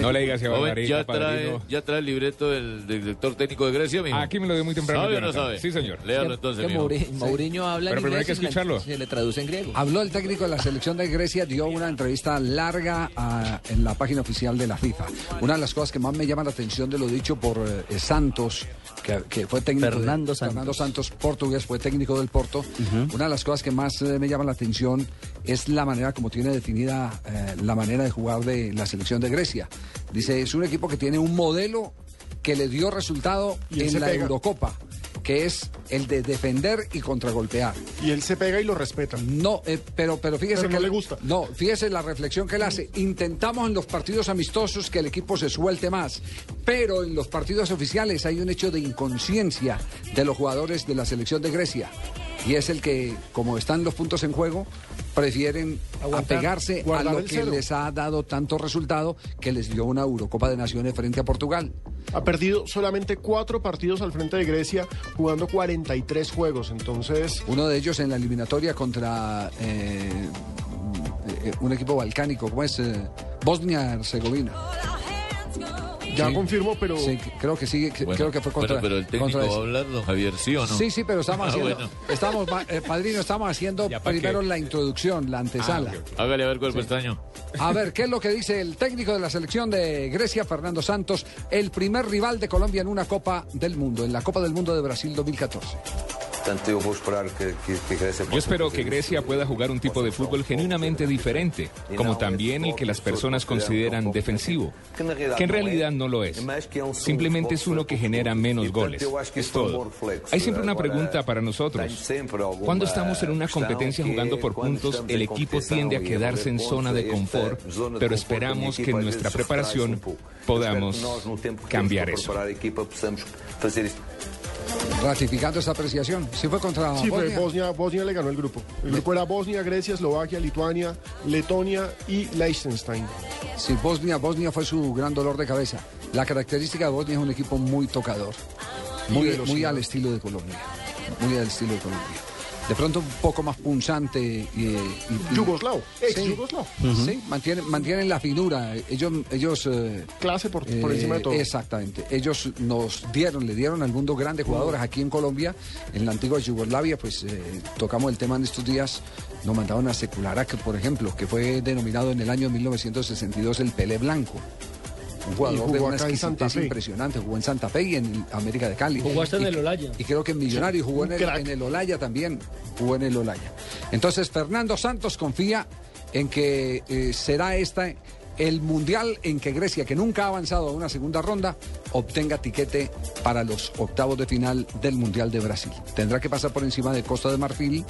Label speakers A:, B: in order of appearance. A: No le digas a
B: Joven,
A: Barbarita,
B: ya trae,
A: padrino.
B: ya trae el libreto del, del director técnico de Grecia, mijo.
A: Aquí me lo dio muy temprano.
B: ¿Sabe o no
A: Jonathan.
B: sabe?
A: Sí, señor.
B: Léalo entonces,
C: Que
B: mijo.
C: Mauri- Mourinho habla
A: Pero
C: en
A: primero
C: inglés
A: hay que
C: y la-
A: escucharlo.
C: se le traduce en griego.
D: Habló el técnico de la selección de Grecia, dio una entrevista larga a- en la página oficial de la FIFA. Una de las cosas que más me llama la atención de lo dicho por eh, Santos, que, que fue técnico. de-
E: Fernando Santos.
D: Fernando Santos, portugués, fue técnico del Porto. Una de las cosas que más eh, me llama la atención es la manera como tiene definida eh, la manera de jugar de la selección de Grecia. Dice, es un equipo que tiene un modelo que le dio resultado
F: Y él
D: en
F: se
D: la
F: pega.
D: Eurocopa, que es el de defender y contragolpear.
F: Y él se pega y lo respeta.
D: No, eh, pero, pero fíjese
F: Pero
D: que
F: no le gusta.
D: No, fíjese la reflexión que él hace. Intentamos en los partidos amistosos que el equipo se suelte más, pero en los partidos oficiales hay un hecho de inconsciencia de los jugadores de la selección de Grecia. Y es el que, como están los puntos en juego, prefieren
F: Aguantar,
D: apegarse a
F: guardar
D: lo
F: el
D: que
F: cero.
D: les ha dado tanto resultado que les dio una Eurocopa de Naciones frente a Portugal.
F: Ha perdido solamente cuatro partidos al frente de Grecia, jugando 43 juegos. Entonces,
D: Uno de ellos en la eliminatoria contra eh, eh, un equipo balcánico, como es eh, Bosnia-Herzegovina.
F: ya
D: Sí.
F: confirmo, pero
D: Sí, c- creo que sí, que-
B: Bueno,
D: creo que fue contra.
B: Bueno, pero el técnico
D: contra
B: va a
D: ese.
B: hablar, don Javier, ¿sí o no?
D: Sí, sí, pero estamos
B: Ah,
D: haciendo,
B: bueno.
D: estamos, ma- eh, padrino, estamos haciendo
A: Ya, ¿pa' qué?
D: primero la introducción, la antesala.
A: Ah, ok,
B: Hágale a ver, cuerpo extraño.
D: A ver, ¿qué es lo que dice el técnico de la selección de Grecia, Fernando Santos, el primer rival de Colombia en una Copa del Mundo, en la Copa del Mundo de Brasil 2014?
G: Tanto yo puedo
A: pues,
G: esperar que, que- que Grecia
A: Yo
G: pueda-
A: espero que Grecia pueda jugar un tipo de fútbol genuinamente diferente, como también el que las personas consideran defensivo, que en realidad no lo es. Simplemente es uno que genera menos goles. Es todo. Hay siempre una pregunta para nosotros. Cuando estamos en una competencia jugando por puntos, el equipo tiende a quedarse en zona de confort, pero esperamos que en nuestra preparación podamos cambiar eso. pues,
D: Ratificando esa apreciación. ¿Sí fue contra
F: sí, fue
D: Bosnia?
F: Bosnia, Bosnia le ganó el grupo. El grupo era Bosnia, Grecia, Eslovaquia, Lituania, Letonia y Liechtenstein.
D: Sí, Bosnia, Bosnia fue su gran dolor de cabeza. La característica de Bosnia es un equipo muy tocador, muy,
F: velocidad.
D: muy al estilo de Colombia, muy al estilo de Colombia. De pronto un poco más punzante y, y- y-
F: Yugoslavo, ex
D: Sí.
F: Yugoslavo.
D: Sí, mantienen, mantienen la finura. Ellos, ellos eh,
F: Clase por, por
D: eh,
F: encima de todo.
D: Exactamente. Ellos nos dieron, le dieron al mundo grandes jugadores aquí en Colombia, en la antigua Yugoslavia, pues eh, tocamos el tema en estos días. Nos mandaron a Secularak, por ejemplo, que fue denominado en el año 1962 el Pelé Blanco. Un jugador
F: jugó
D: de una
F: acá en Santa
D: exquisitez
F: Fe.
D: impresionante. Jugó en Santa Fe y en el- América de Cali.
H: Jugó hasta en
D: Y-
H: el Olaya.
D: Y creo que en Millonarios jugó en
F: un
D: el,
F: crack.
D: en el Olaya también. Jugó en el Olaya. Entonces, Fernando Santos confía en que eh, será esta el mundial en que Grecia, que nunca ha avanzado a una segunda ronda, obtenga tiquete para los octavos de final del Mundial de Brasil. Tendrá que pasar por encima de Costa de Marfil,